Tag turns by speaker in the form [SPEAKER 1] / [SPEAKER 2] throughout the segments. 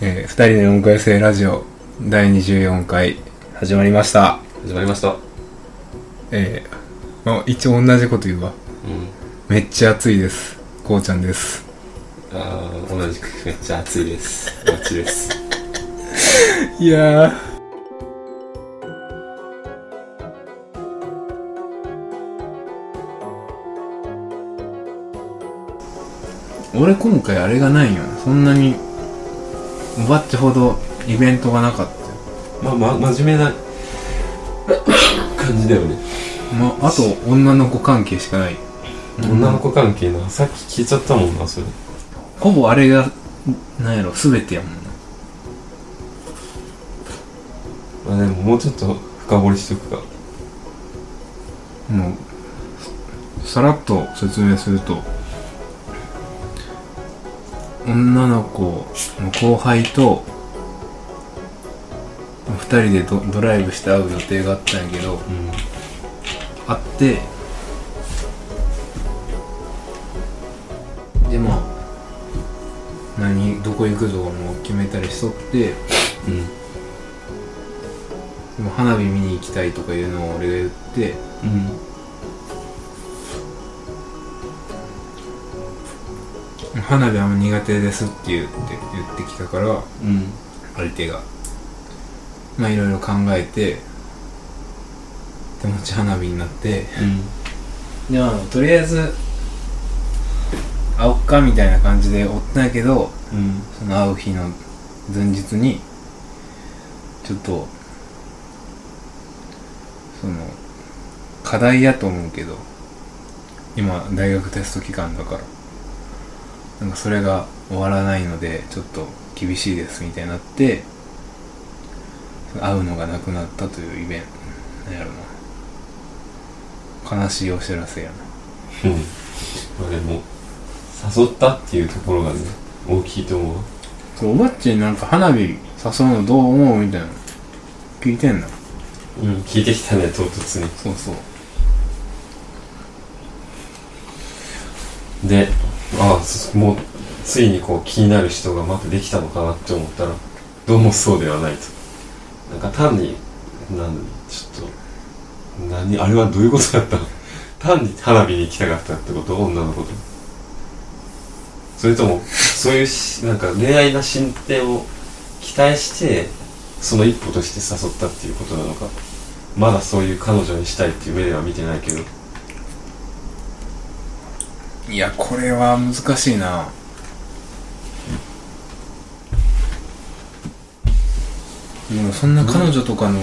[SPEAKER 1] えー、二人の4回生ラジオ第24回始まりました。
[SPEAKER 2] 始まりましたうん
[SPEAKER 1] えー、まあ、一応同じこと言うわ。めっちゃ暑いです。こうちゃんです。
[SPEAKER 2] あー同じくめっちゃ暑いですマッチです
[SPEAKER 1] いやー。俺今回あれがないよそんなにおばっちほどイベントがなかったよ
[SPEAKER 2] まあ、ま、真面目な 感じだよね、
[SPEAKER 1] まあ、あと女の子関係しかない
[SPEAKER 2] 女の子関係なさっき聞いちゃったもんなそれ
[SPEAKER 1] ほぼあれがなんやろ全てやもんな
[SPEAKER 2] まあでももうちょっと深掘りしとくか
[SPEAKER 1] もうさらっと説明すると女の子の後輩と2人でドドライブして会う予定があったんやけど
[SPEAKER 2] うん
[SPEAKER 1] 会ってでまあ何どこ行くぞもう決めたりしとって
[SPEAKER 2] うん
[SPEAKER 1] でも花火見に行きたいとかいうのを俺が言って
[SPEAKER 2] うん
[SPEAKER 1] 花火あんま苦手ですって言って言ってきたから
[SPEAKER 2] うん
[SPEAKER 1] 相手がまあいろいろ考えて手持ち花火になってでまあとりあえず会おっかみたいな感じでおったんやけど
[SPEAKER 2] うんうん
[SPEAKER 1] その会う日の前日にちょっとその課題やと思うけど今大学テスト期間だからなんかそれが終わらないのでちょっと厳しいですみたいになって会うのがなくなったというイベントなんやろな悲しいお知らせやな
[SPEAKER 2] うんまあでも誘ったっていうところがね大きいと思う
[SPEAKER 1] そうおばっちになんか花火誘うのどう思うみたいなの聞いてんの
[SPEAKER 2] うん聞いてきたね唐突に
[SPEAKER 1] そうそう
[SPEAKER 2] でああそもうついにこう気になる人がまたできたのかなって思ったらどうもそうではないとなんか単になんちょっと何あれはどういうことだったの単に花火に行きたかったってこと女の子とそれともそういうしなんか恋愛な進展を期待してその一歩として誘ったっていうことなのかまだそういう彼女にしたいっていう目では見てないけど
[SPEAKER 1] いや、これは難しいな。もうそんな彼女とかの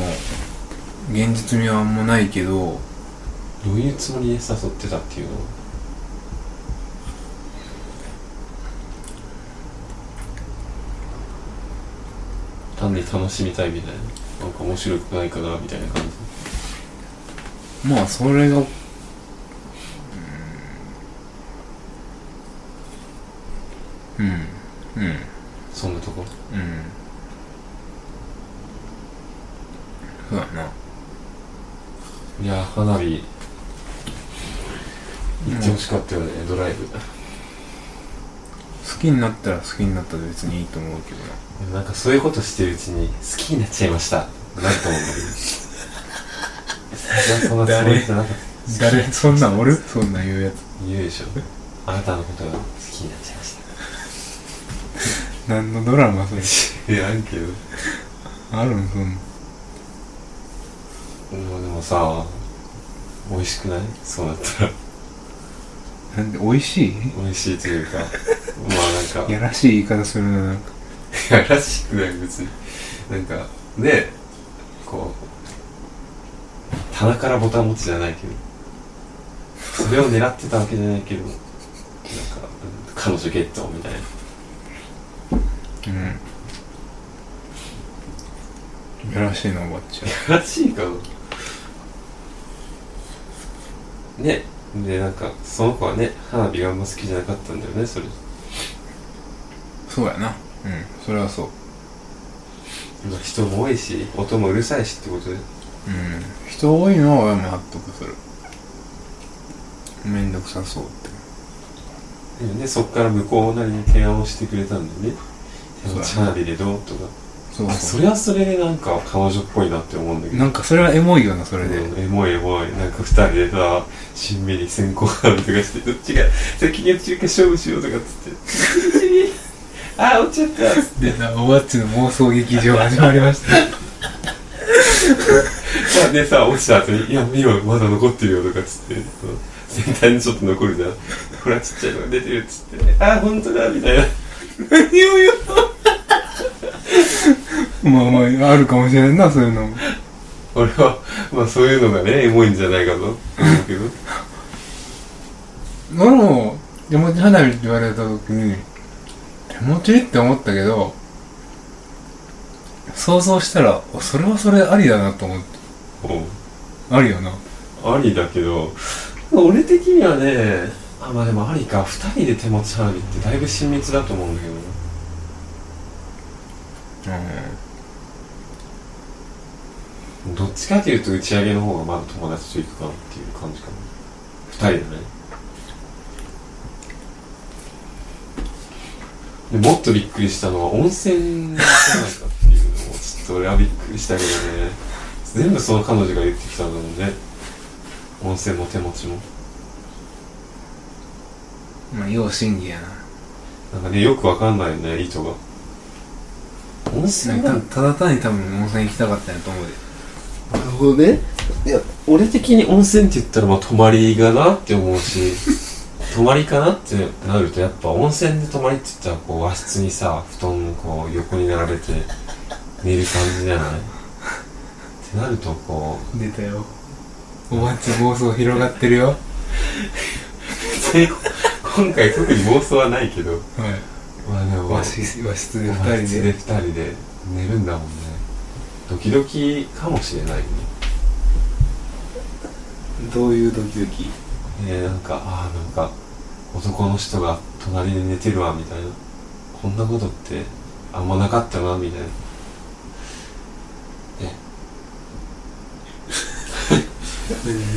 [SPEAKER 1] 現実味はあんまないけど、
[SPEAKER 2] どういうつもりで誘ってたっていうのを単に楽しみたいみたいななんか面白くないかなみたいな感じ
[SPEAKER 1] まあそれが、うーんうん、うん。
[SPEAKER 2] そんなとこ
[SPEAKER 1] うんそうだない
[SPEAKER 2] やー花火行ってほしかったよね、ドライブ
[SPEAKER 1] 好きになったら好きになったで別にいいと思うけどな
[SPEAKER 2] なんかそういうことしてるうちに好きになっちゃいましたなると思うんだけどそんなつもりじゃなかった
[SPEAKER 1] 誰そんなんおるそんなん言うやつ
[SPEAKER 2] 言うでしょあなたのことが好きになっちゃいました
[SPEAKER 1] 何のドラマそれ
[SPEAKER 2] いやんけど
[SPEAKER 1] あるんそんな
[SPEAKER 2] うんでもさ美味しくないそうなったら
[SPEAKER 1] なんで美味しい
[SPEAKER 2] 美味しいというかまあなんか
[SPEAKER 1] やらしい言い方するななんか
[SPEAKER 2] いやらしくない別になんかねこう棚からボタン持ちじゃないけどそれを狙ってたわけじゃないけどなんかうん彼女ゲットみたいな
[SPEAKER 1] うんやらしいなおばっちゃ
[SPEAKER 2] いやらしいかなねでなんかその子はね花火があんま好きじゃなかったんだよねそれ
[SPEAKER 1] そうやなうんそれはそう
[SPEAKER 2] まあ人も多いし音もうるさいしってことで
[SPEAKER 1] うん人多いのは俺も納得するめんどくさそうって
[SPEAKER 2] でそっから向こうなりに提案をしてくれたんだよね手持ち
[SPEAKER 1] そうだ
[SPEAKER 2] 花火でどうとか
[SPEAKER 1] そう
[SPEAKER 2] あ
[SPEAKER 1] そ
[SPEAKER 2] それはそれでなんか彼女っぽいなって思うんだけ
[SPEAKER 1] う
[SPEAKER 2] ど
[SPEAKER 1] なんかそれはエモいよなそれで、
[SPEAKER 2] うんエモいエモいなんか二人でさしんみり線香花火とかしてどっちが先に落ちるか勝負しようとかっつって「 あ落ちちゃった」
[SPEAKER 1] でなおばっちの妄想劇場始まりました
[SPEAKER 2] まあでさ、落ちた後に、いや、今まだ残ってるよとかっつって、その全体にちょっと残るじゃん。ほら、ちっちゃいのが出てるっつって、あ、本当だ、みたいな。
[SPEAKER 1] 何を言うの まあまああるかもしれんなそういうのも
[SPEAKER 2] 俺は、まあそういうのがね、エモいんじゃないかと思うけど。
[SPEAKER 1] 俺も手持ち花火って言われた時に手持ちって思ったけど想像したらおそれはそれありだなと思って
[SPEAKER 2] う。
[SPEAKER 1] あるよなん
[SPEAKER 2] ありだけど、俺的にはね、あ、まあでもありか、二人で手持ち花火ってだいぶ親密だと思うんだけどな。どっちかというと打ち上げの方がまだ友達と行くかなっていう感じかな二人だねでもっとびっくりしたのは温泉じゃないかっていうのもちょっと俺はびっくりしたけどね全部その彼女が言ってきたんだもんね温泉も手持ちも
[SPEAKER 1] まあ要審議やな
[SPEAKER 2] なんかねよくわかんないよね意図が温泉
[SPEAKER 1] なんかたただ単に多分温泉行きたかったんやと思うで
[SPEAKER 2] なるほどねいや俺的に温泉って言ったらまあ泊まりがなって思うし 泊まりかなってなるとやっぱ温泉で泊まりって言ったらこう和室にさ布団をこう横に並べて寝る感じじゃないってなるとこう
[SPEAKER 1] 出たよおばっち妄想広がってるよ
[SPEAKER 2] 今回特に妄想はないけど
[SPEAKER 1] はい
[SPEAKER 2] まあでも
[SPEAKER 1] 和室和室で
[SPEAKER 2] 和
[SPEAKER 1] 二
[SPEAKER 2] 室
[SPEAKER 1] 人
[SPEAKER 2] で
[SPEAKER 1] で
[SPEAKER 2] 2人で寝るんだもんねドキドキかもしれないよね
[SPEAKER 1] どういうドキドキ
[SPEAKER 2] えー、なんかああなんか男の人が隣で寝てるわみたいなこんなことってあんまなかったなみたいな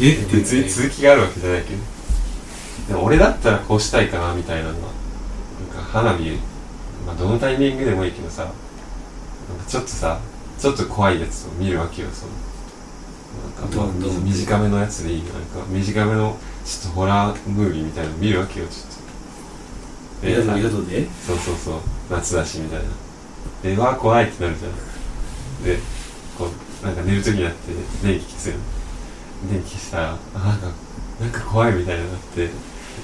[SPEAKER 1] え
[SPEAKER 2] 別に続きがあるわけじゃないけどでも俺だったらこうしたいかなみたいなのはなんか花火、まあ、どのタイミングでもいいけどさなんかちょっとさちょっと怖いやつを見るわけよその
[SPEAKER 1] ど
[SPEAKER 2] なん
[SPEAKER 1] ん
[SPEAKER 2] か
[SPEAKER 1] どん
[SPEAKER 2] み短めのやつでいいなんか短めのちょっとホラームービーみたいなの見るわけよちょっとでなんか
[SPEAKER 1] 宿で
[SPEAKER 2] そうそうそう夏だしみたいなでうわー怖いってなるじゃんでこうなんか寝る時になって電気消すよ電気消したらあなんかなんか怖いみたいになって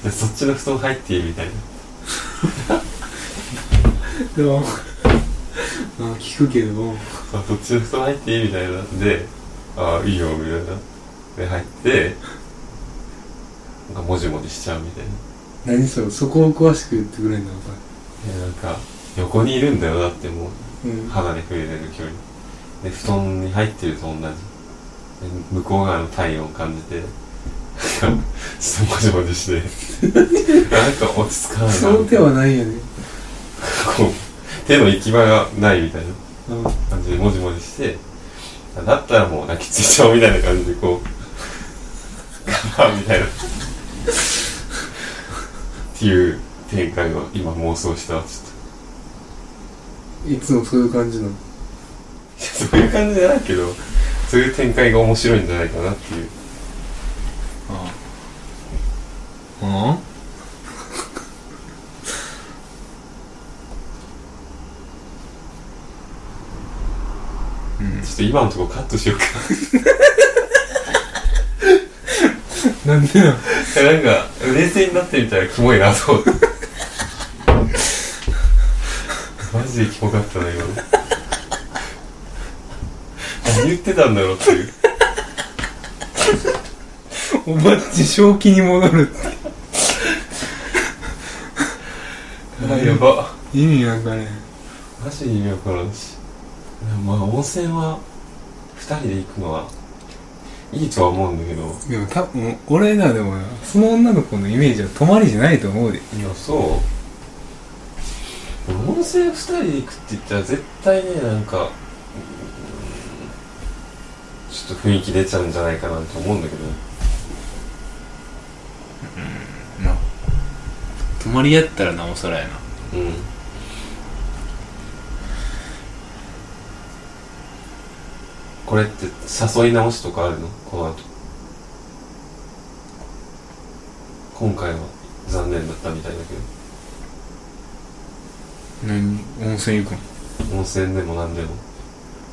[SPEAKER 2] でそっちの布団入っていいみたいな
[SPEAKER 1] でも まあ聞くけども
[SPEAKER 2] そうそっちの布団入っていいみたいになでああいいよみたいなで入ってなんかもじもじしちゃうみたいな
[SPEAKER 1] 何それそこを詳しく言ってくれんだお前
[SPEAKER 2] でなんか横にいるんだよだってもう
[SPEAKER 1] うん
[SPEAKER 2] 肌で触れる距離で布団に入ってると同じで向こう側の体温を感じてなん かちょっともじもじして なんか落ち着かない
[SPEAKER 1] その手はないよね
[SPEAKER 2] こう手の行き場がないみたいな
[SPEAKER 1] うん
[SPEAKER 2] 感じでもじもじしてだったらもう泣きついちゃおうみたいな感じでこうカバーみたいなっていう展開を今妄想したわちょっと
[SPEAKER 1] いつもそういう感じなの
[SPEAKER 2] いやそういう感じじゃないけどそういう展開が面白いんじゃないかなっていう
[SPEAKER 1] ああうんうん
[SPEAKER 2] ちょっと今のところカットしようか。
[SPEAKER 1] なんでなの
[SPEAKER 2] なんか、冷静になってみたらキモいなと思って。 マジでキモかったな、今の。 何言ってたんだろうっていう。
[SPEAKER 1] おばっち正気に戻るって
[SPEAKER 2] あ やば。
[SPEAKER 1] 意味なんかね
[SPEAKER 2] マジで意味わからんし。まあ、温泉は、二人で行くのは、いいとは思うんだけど。
[SPEAKER 1] でも多分俺らでもなその女の子のイメージは泊まりじゃないと思うで
[SPEAKER 2] いや、そう。でも温泉二人で行くって言ったら絶対ね、なんか、うんちょっと雰囲気出ちゃうんじゃないかなと思うんだけど。
[SPEAKER 1] な泊まりやったらなおさらやな
[SPEAKER 2] うん。これって誘い直しとかあるのこの後今回は残念だったみたいだけ
[SPEAKER 1] 何温泉行く
[SPEAKER 2] ど温泉でも何でも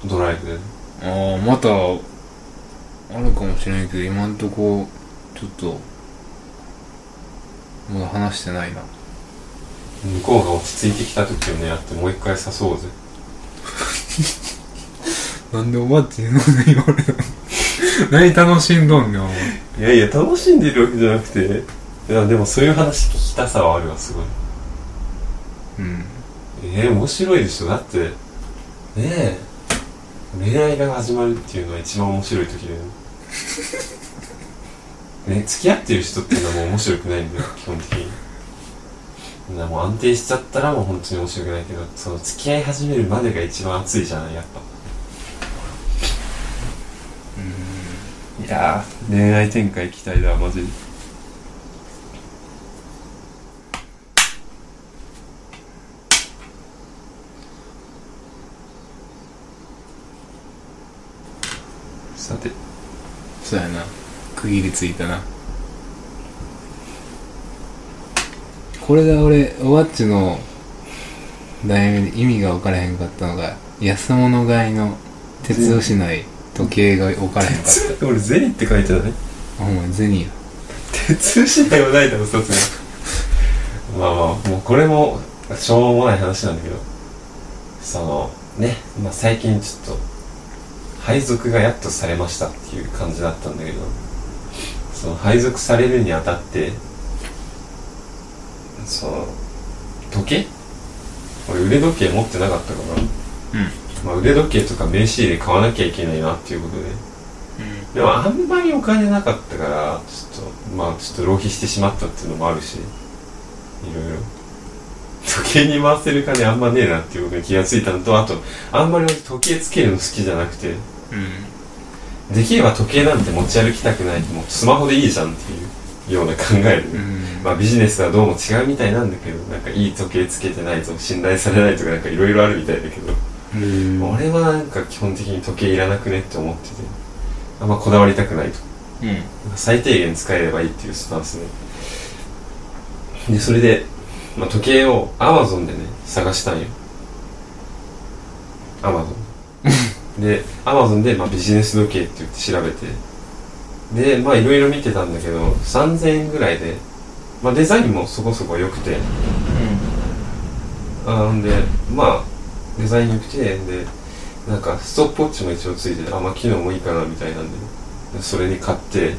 [SPEAKER 2] ドライブで
[SPEAKER 1] のああまたあるかもしれないけど今んとこちょっとまだ話してないな
[SPEAKER 2] 向こうが落ち着いてきた時を狙ってもう一回誘おうぜ
[SPEAKER 1] なんでおばっちにそんな言われたの何楽しんどんねんお前
[SPEAKER 2] いやいや楽しんでるわけじゃなくていやでもそういう話聞きたさはあるわすごい
[SPEAKER 1] うん
[SPEAKER 2] えー、面白いでしょだってねえ恋愛が始まるっていうのは一番面白い 時だよねね付き合ってる人っていうのはもう面白くないんだよ基本的になもう安定しちゃったらもう本当に面白くないけどその付き合い始めるまでが一番熱いじゃないやっぱいやー恋愛展開期待だわマジでさて
[SPEAKER 1] そうやな区切りついたなこれで俺おばっちの題名で意味が分からへんかったのが安物買いの鉄をしない時計が分からへんかっ
[SPEAKER 2] 俺ゼリーって書いてない
[SPEAKER 1] たお前銭や
[SPEAKER 2] 鉄次第はないだろさすがにまあまあもうこれもしょうもない話なんだけどそのね、まあ、最近ちょっと配属がやっとされましたっていう感じだったんだけどその配属されるにあたってその時計俺腕時計持ってなかったから、まあ、腕時計とか名刺入れ買わなきゃいけないなっていうことででもあんまりお金なかったからちょっとまあちょっと浪費してしまったっていうのもあるしいろいろ時計に回せる金あんまねえなっていうことに気がついたのとあとあんまり俺時計つけるの好きじゃなくて
[SPEAKER 1] うん
[SPEAKER 2] できれば時計なんて持ち歩きたくないもうスマホでいいじゃんっていうような考えで、
[SPEAKER 1] うん
[SPEAKER 2] まあビジネスはどうも違うみたいなんだけどなんかいい時計つけてないと信頼されないとかなんかいろいろあるみたいだけど
[SPEAKER 1] うんうん
[SPEAKER 2] 俺はなんか基本的に時計いらなくねって思っててあんまこだわりたくないと最低限使えればいいっていうスタンスででそれで、まあ、時計を Amazon でね探したんよ Amazon で Amazon で、まあ、ビジネス時計って言って調べてでまあいろいろ見てたんだけど3000円ぐらいで、まあ、デザインもそこそこ良くてあんでまあデザイン良くてでなんかストップウォッチも一応ついててあまあ機能もいいかなみたいなんででそれに買って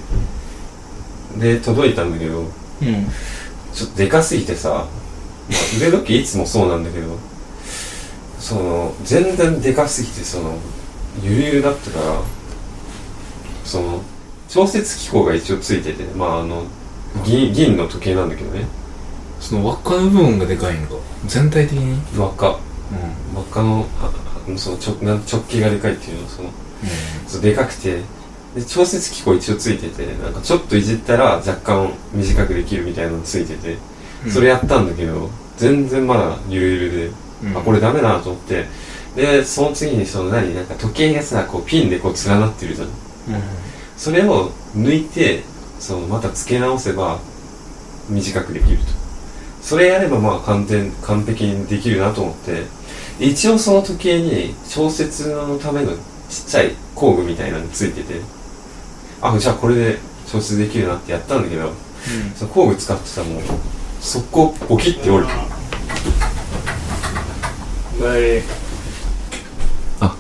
[SPEAKER 2] で届いたんだけど
[SPEAKER 1] うん
[SPEAKER 2] ちょっとでかすぎてさ、まあ腕時計いつもそうなんだけどその全然でかすぎてそのゆるゆるだったからその調節機構が一応ついててまああの銀銀の時計なんだけどね
[SPEAKER 1] その輪っかの部分がでかいんか全体的にうん
[SPEAKER 2] 輪っか輪っかのああその直なん直径がでかいっていうのそのそうでかくてで調節機構一応ついててなんかちょっといじったら若干短くできるみたいなのついてて、それやったんだけど全然まだゆるゆるで、
[SPEAKER 1] うん
[SPEAKER 2] あこれダメだなと思ってでその次にその何なんか時計がさこうピンでこう連なってるじゃん
[SPEAKER 1] う
[SPEAKER 2] それを抜いてそのまた付け直せば短くできるとそれやればまあ完全完璧にできるなと思ってで一応その時計に調節のためのちっちゃい工具みたいなのついててあじゃあこれで調節できるなってやったんだけど
[SPEAKER 1] ん
[SPEAKER 2] その工具使ってたらもう速攻ボキって折る
[SPEAKER 1] はい
[SPEAKER 2] あ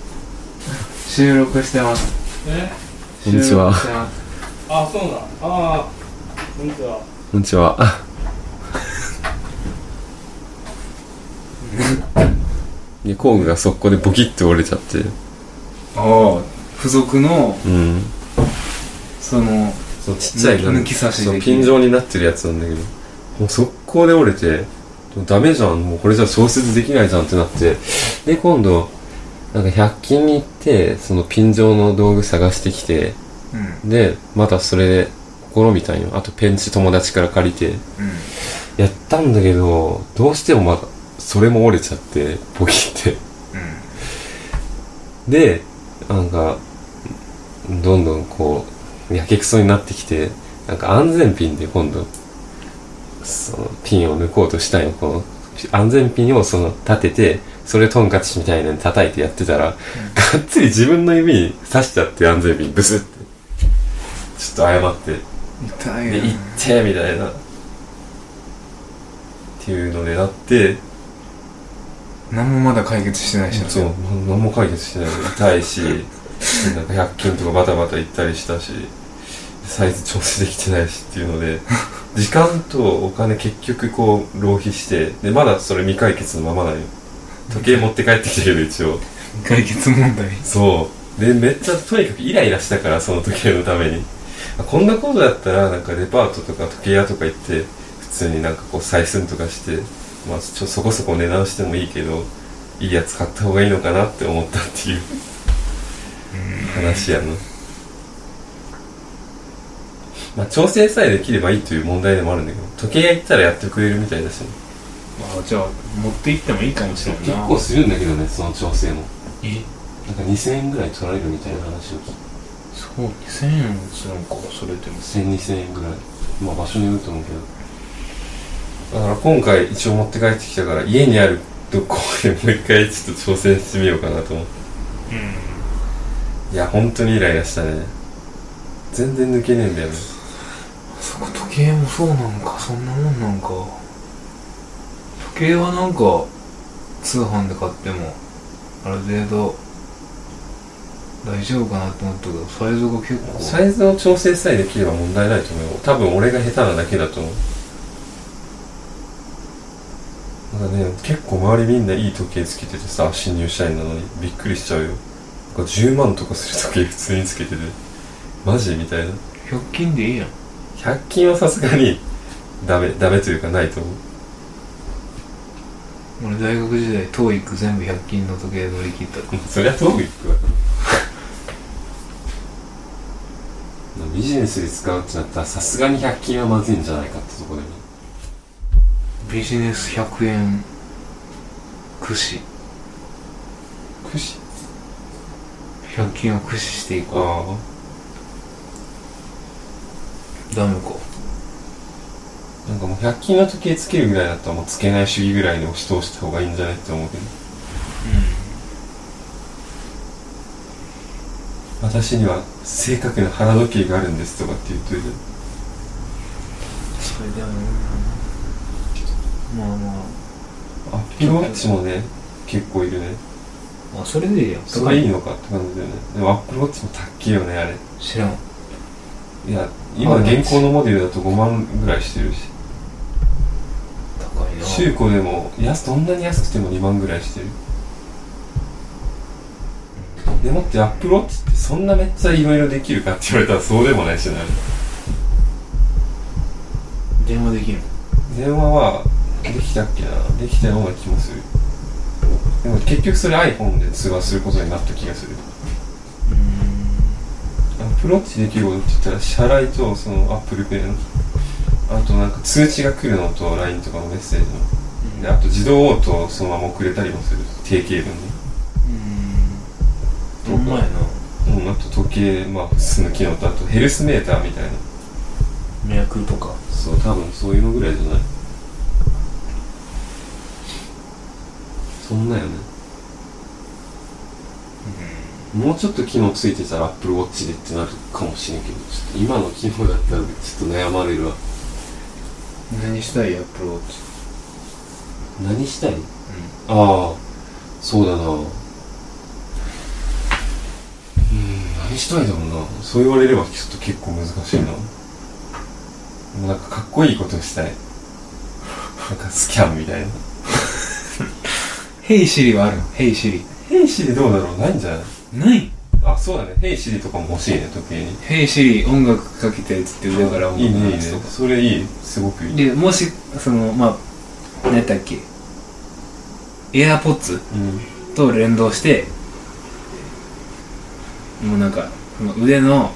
[SPEAKER 1] 収録してます
[SPEAKER 3] え
[SPEAKER 2] こんにちは
[SPEAKER 1] 収録してます
[SPEAKER 3] あそうなんああこんにちは
[SPEAKER 2] こんにちは で工具が速攻でボキって折れちゃって
[SPEAKER 1] ああ付属の
[SPEAKER 2] うん
[SPEAKER 1] その
[SPEAKER 2] そのちっちゃい
[SPEAKER 1] 抜き差しできる
[SPEAKER 2] そうピン状になってるやつなんだけどもう速攻で折れてダメじゃんもうこれじゃ調節できないじゃんってなってで今度なんか100均に行ってそのピン状の道具探してきて
[SPEAKER 1] うん
[SPEAKER 2] でまたそれで試みたんよあとペンチ友達から借りて
[SPEAKER 1] うん
[SPEAKER 2] やったんだけどどうしてもまだそれも折れちゃってポキって
[SPEAKER 1] う
[SPEAKER 2] でなんかどんどんこうやけくそになってきてなんか安全ピンで今度そのピンを抜こうとしたんよこの安全ピンをその立ててそれトンカチみたいなのに叩いてやってたら、がっつり自分の指に刺しちゃって安全ピンブスってちょっと謝って
[SPEAKER 1] 痛い
[SPEAKER 2] で
[SPEAKER 1] よ
[SPEAKER 2] 行
[SPEAKER 1] ね
[SPEAKER 2] ってみたいなっていうのでなって
[SPEAKER 1] 何もまだ解決してないしな
[SPEAKER 2] そうな何も解決してない痛いしなんか100均とかバタバタ行ったりしたしサイズ調整できてないしっていうの で時間とお金結局こう浪費してでまだそれ未解決のままだよ時計持って帰ってきたけど一応
[SPEAKER 1] 解決問題
[SPEAKER 2] そうでめっちゃとにかくイライラしたからその時計のためにあこんなことだったらなんかデパートとか時計屋とか行って普通になんかこう採寸とかして、まあ、ちょそこそこ値段してもいいけどいいやつ買った方がいいのかなって思ったっていう話やな、まあ、調整さえできればいいという問題でもあるんだけど時計屋行ったらやってくれるみたいだし
[SPEAKER 1] あじゃあ持って行ってもいいかもしれないな
[SPEAKER 2] するんだけどねその調整も
[SPEAKER 1] え
[SPEAKER 2] なんか2000円ぐらい取られるみたいな話を聞いて
[SPEAKER 1] そう2000円するのかそれでも
[SPEAKER 2] 千二千円ぐらいまあ場所によると思うけどだから今回一応持って帰ってきたから家にあるどこでもう一回ちょっと挑戦してみようかなと思って
[SPEAKER 1] う
[SPEAKER 2] いや本当にイライラしたね全然抜けねえんだよね
[SPEAKER 1] んそこ時計もそうなのかそんなもんなんか時計はなんか通販で買ってもある程度大丈夫かなと思ったけどサイズが結構
[SPEAKER 2] サイズの調整さえできれば問題ないと思うよ多分俺が下手なだけだと思うなんかね結構周りみんないい時計つけててさ新入社員なのにびっくりしちゃうよなんか10万とかする時計普 通につけててマジみたいな
[SPEAKER 1] 100均でいいやん
[SPEAKER 2] 100均はさすがにダメダメというかないと思う
[SPEAKER 1] 俺大学時代 TOEIC 全部100均の時計で乗り切ったから
[SPEAKER 2] そりゃ遠く行くわビジネスで使うってなったらさすがに100均はまずいんじゃないかってところで
[SPEAKER 1] ビジネス100円駆使
[SPEAKER 2] くし
[SPEAKER 1] 100均を駆使していこう
[SPEAKER 2] ああ
[SPEAKER 1] ダメか
[SPEAKER 2] なんかもう100均の時計つけるぐらいだったらもうつけない主義ぐらいに押し通した方がいいんじゃないって思うけど私には正確な腹時計があるんですとかって言っといて
[SPEAKER 1] それでもまあま
[SPEAKER 2] アップルウォッチもね結構いるね
[SPEAKER 1] ああそれでいいやん
[SPEAKER 2] それいいのかって感じだよねでもアップルウォッチも高いよねあれ
[SPEAKER 1] 知らん
[SPEAKER 2] いや今現行のモデルだと5万ぐらいしてるし
[SPEAKER 1] 高いな
[SPEAKER 2] 中古でも安どんなに安くても2万ぐらいしてるでもってアップローチってそんなめっちゃいろいろできるかって言われたらそうでもないしな
[SPEAKER 1] 電話できる
[SPEAKER 2] 電話はできたっけなできたような気もするでも結局それ iPhone で通話することになった気がするアップローチできることって言ったら支払いとそのアップルペイのあとなんか通知が来るのと LINE とかのメッセージの
[SPEAKER 1] うん
[SPEAKER 2] であと自動応答をそのまま送れたりもする定型文で
[SPEAKER 1] うんうまいな
[SPEAKER 2] うん、あと時計、まあ、普通の機能とあとヘルスメーターみたいな
[SPEAKER 1] 脈とか
[SPEAKER 2] そう多分そういうのぐらいじゃないそんなよねもうちょっと機能ついてたら AppleWatch でってなるかもしれんけどちょっと今の機能だったらちょっと悩まれるわ
[SPEAKER 1] 何したいアプローチ
[SPEAKER 2] 何したいああそうだなうん何したいだろうなそう言われればちょっと結構難しいなもうなんかかっこいいことしたいなんかスキャンみたいな
[SPEAKER 1] ヘイシリはあるのヘイシリ
[SPEAKER 2] 兵士でどうだろうないんじゃない
[SPEAKER 1] ない
[SPEAKER 2] あそうだね兵士でとかも欲しいね時計に
[SPEAKER 1] ヘイシリ音楽かけてっつって上から音
[SPEAKER 2] いいねいい
[SPEAKER 1] 楽
[SPEAKER 2] ね
[SPEAKER 1] 流すとか
[SPEAKER 2] それいいすごくいい
[SPEAKER 1] でもしそのまあ何やったっけエアポッツ
[SPEAKER 2] うん
[SPEAKER 1] と連動してもうなんかその腕の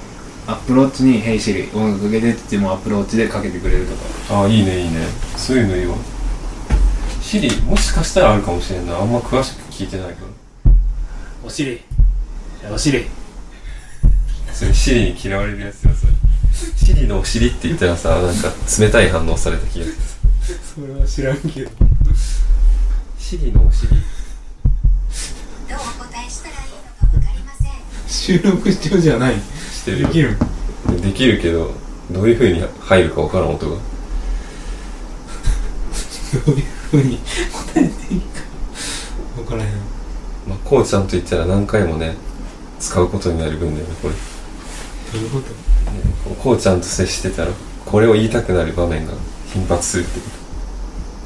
[SPEAKER 1] アップローチに「ヘイシリ音楽かけて」って言ってもアップローチでかけてくれるとか
[SPEAKER 2] あいいねいいねそういうのいいわシリもしかしたらあるかもしれんなあんま詳しく聞いてないけど
[SPEAKER 3] お尻お尻
[SPEAKER 2] それシリに嫌われるやつだよそれシリのお尻って言ったらさなんか冷たい反応された気がする
[SPEAKER 1] それは知らんけど
[SPEAKER 2] シリのお尻
[SPEAKER 4] どうお答えしたらいいのか分かりません
[SPEAKER 1] 収録中じゃない
[SPEAKER 2] してる
[SPEAKER 1] で
[SPEAKER 2] よ
[SPEAKER 1] きる
[SPEAKER 2] できるけどどういう風に入るか分からん音が
[SPEAKER 1] どういうふうに答えていいか分からへん
[SPEAKER 2] まあ、こうちゃんと言ったら何回もね使うことになる分だよねこれ
[SPEAKER 1] どういうこと
[SPEAKER 2] こうちゃんと接してたらこれを言いたくなる場面が頻発するってこ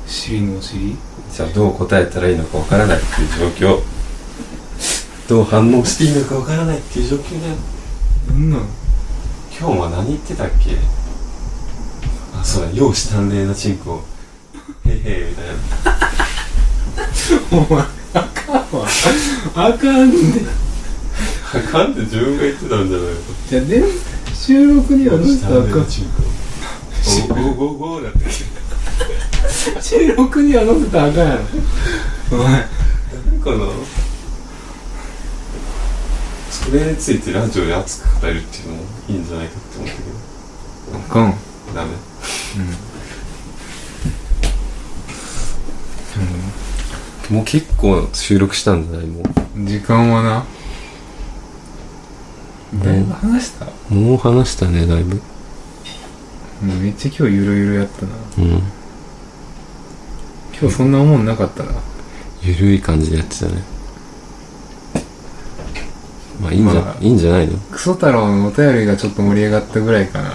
[SPEAKER 2] と
[SPEAKER 1] 尻のお尻
[SPEAKER 2] じゃあどう答えたらいいのかわからないっていう状況どう反応していいのかわからないっていう状況だよ
[SPEAKER 1] なんなん
[SPEAKER 2] 今日は何言ってたっけあそうだ容姿端麗なチンコをへいへいみたいな
[SPEAKER 1] お前あかんわあかんで
[SPEAKER 2] あかんって自分が言ってたんじゃないの
[SPEAKER 1] じゃあでも収録にはどうしたらあ
[SPEAKER 2] 容姿端麗
[SPEAKER 1] か
[SPEAKER 2] なんチンコゴーゴーゴーだって
[SPEAKER 1] 収録には載せたらあかんやろお前
[SPEAKER 2] かなそれについてラジオで熱く語るっていうのもいいんじゃないかって思ったけ
[SPEAKER 1] あかんうん
[SPEAKER 2] どダメもう結構収録したんじゃないも
[SPEAKER 1] 時間はな
[SPEAKER 2] ん
[SPEAKER 1] だいぶ話した、
[SPEAKER 2] うもう話したねだいぶ
[SPEAKER 1] うんめっちゃ今日ゆるゆるやったな
[SPEAKER 2] うん
[SPEAKER 1] 今日そんな思んなかったな
[SPEAKER 2] ゆるい感じでやってたねまあいいんじゃ、
[SPEAKER 1] まあ
[SPEAKER 2] いいんじゃないの
[SPEAKER 1] クソ太郎のお便りがちょっと盛り上がったぐらいか な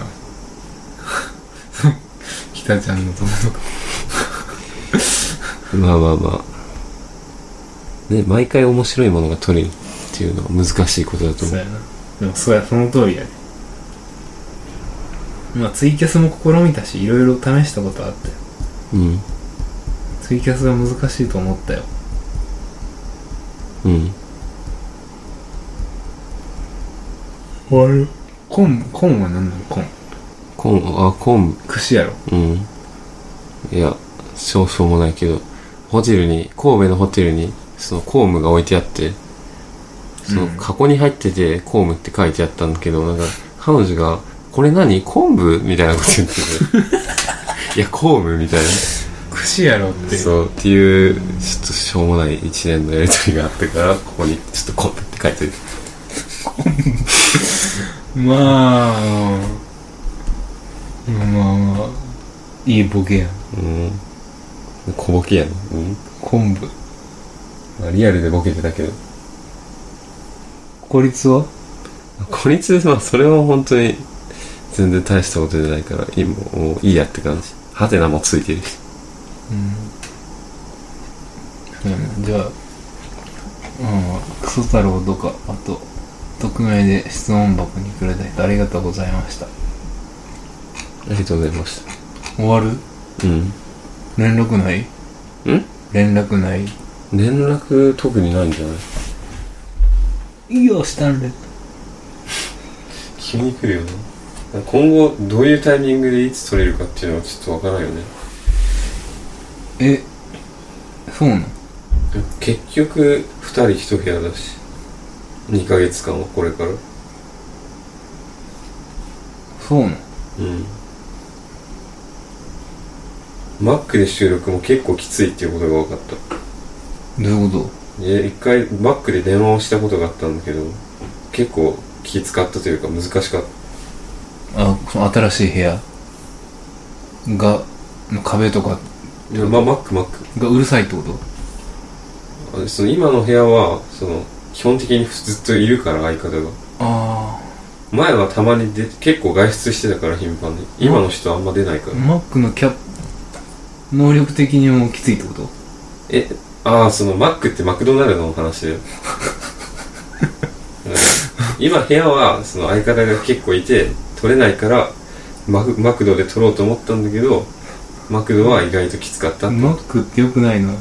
[SPEAKER 1] 北ちゃんの友達
[SPEAKER 2] まあまあまあね毎回面白いものが取れるっていうのは難しいことだと思
[SPEAKER 1] そう
[SPEAKER 2] う
[SPEAKER 1] やなでもそうやその通りやねまあツイキャスも試みたしいろいろ試したことあったよ
[SPEAKER 2] うん
[SPEAKER 1] ツイキャスが難しいと思ったよ
[SPEAKER 2] うん
[SPEAKER 1] 終わるコンコンは何なのコン
[SPEAKER 2] コンあコン
[SPEAKER 1] 串やろ
[SPEAKER 2] うん。いや、少々もないけど、ホテルに、神戸のホテルに、その公務が置いてあって、その
[SPEAKER 1] うん
[SPEAKER 2] 箱に入ってて、公務って書いてあったんだけど、なんか、彼女が、これ何昆布みたいなこと言って て。いや、公務みたいな。
[SPEAKER 1] 串やろって
[SPEAKER 2] そう、っていう、ちょっとしょうもない一連のやりとりがあってから、ここに、ちょっと昆布って書いてる。
[SPEAKER 1] まあまあまあいいボケやん
[SPEAKER 2] うん。小ボケやな。うん。
[SPEAKER 1] 昆布
[SPEAKER 2] まあリアルでボケてたけど。
[SPEAKER 1] 孤立は
[SPEAKER 2] 孤立はそれは本当に全然大したことじゃないから今もういいやって感じハテナもついてるし
[SPEAKER 1] うん、じゃあ、うん、クソ太郎とかあと匿名で質問箱にくれた人ありがとうございました
[SPEAKER 2] ありがとうございまし
[SPEAKER 1] 終わる
[SPEAKER 2] たうん
[SPEAKER 1] 連絡ない
[SPEAKER 2] ん
[SPEAKER 1] 連絡ない
[SPEAKER 2] 連絡特にないんじゃない
[SPEAKER 1] いいよしたんで
[SPEAKER 2] 急に来るよな今後どういうタイミングでいつ取れるかっていうのはちょっとわからないよね
[SPEAKER 1] えそうなの
[SPEAKER 2] 結局2人1部屋だし2ヶ月間はこれからう
[SPEAKER 1] そうなの
[SPEAKER 2] んマックで収録も結構きついっていうことが分かった
[SPEAKER 1] どういうこ
[SPEAKER 2] え一回バックで電話をしたことがあったんだけど結構気使ったというか難しかった
[SPEAKER 1] とあその新しい部屋がの壁とか
[SPEAKER 2] まあマックマック
[SPEAKER 1] がうるさいってこと
[SPEAKER 2] あその今の部屋はその基本的にずっといるから相方が
[SPEAKER 1] あ
[SPEAKER 2] 前はたまにで結構外出してたから頻繁に今の人はあんま出ない
[SPEAKER 1] あ
[SPEAKER 2] から、
[SPEAKER 1] マックのキャッ能力的にもきついってこと
[SPEAKER 2] えああそのマックってマクドナルドの話だようん今部屋はその相方が結構いて取れないからマクマクドで取ろうと思ったんだけどマクドは意外ときつかったって
[SPEAKER 1] マックってよくないな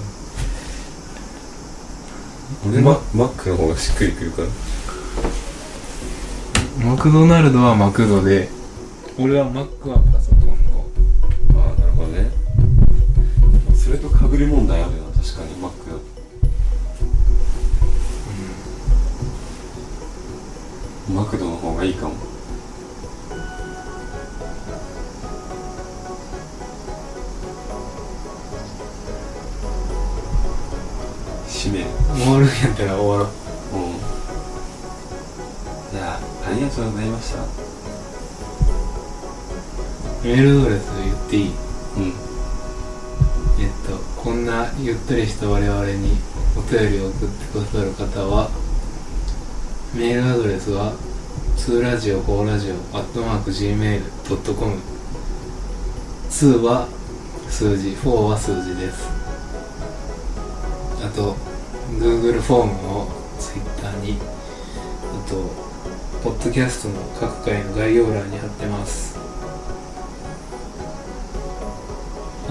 [SPEAKER 2] 俺ママックの方がしっくりくるから
[SPEAKER 1] マクドナルドはマクドで俺はマックはパソコンの
[SPEAKER 2] ああなるほどねそれとかぶり問題あるよな確かにマックマクドの方がいいかも締める
[SPEAKER 1] 終わるんやったら終わろう
[SPEAKER 2] うんいやありがとうございました
[SPEAKER 1] メールドレス言っていい
[SPEAKER 2] うん
[SPEAKER 1] えっとこんなゆったりした我々にお便りを送ってくださる方はメールアドレスは2ラジオ4ラジオアットマーク Gmail.com2 は数字4は数字ですあと Google フォームを Twitter にあとポッドキャストの各回の概要欄に貼ってます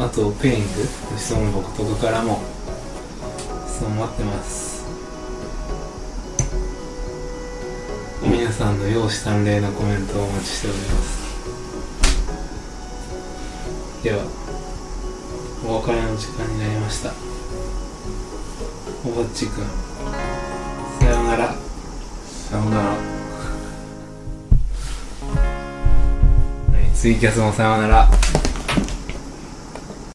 [SPEAKER 1] あと、ペイング、質問僕とかからも、質問待ってます。
[SPEAKER 2] うん
[SPEAKER 1] 皆さんの容姿端麗なコメントをお待ちしております。では、お別れの時間になりました。おぼっちくん、さようなら。
[SPEAKER 2] さようなら
[SPEAKER 1] ツイキャスもさようなら。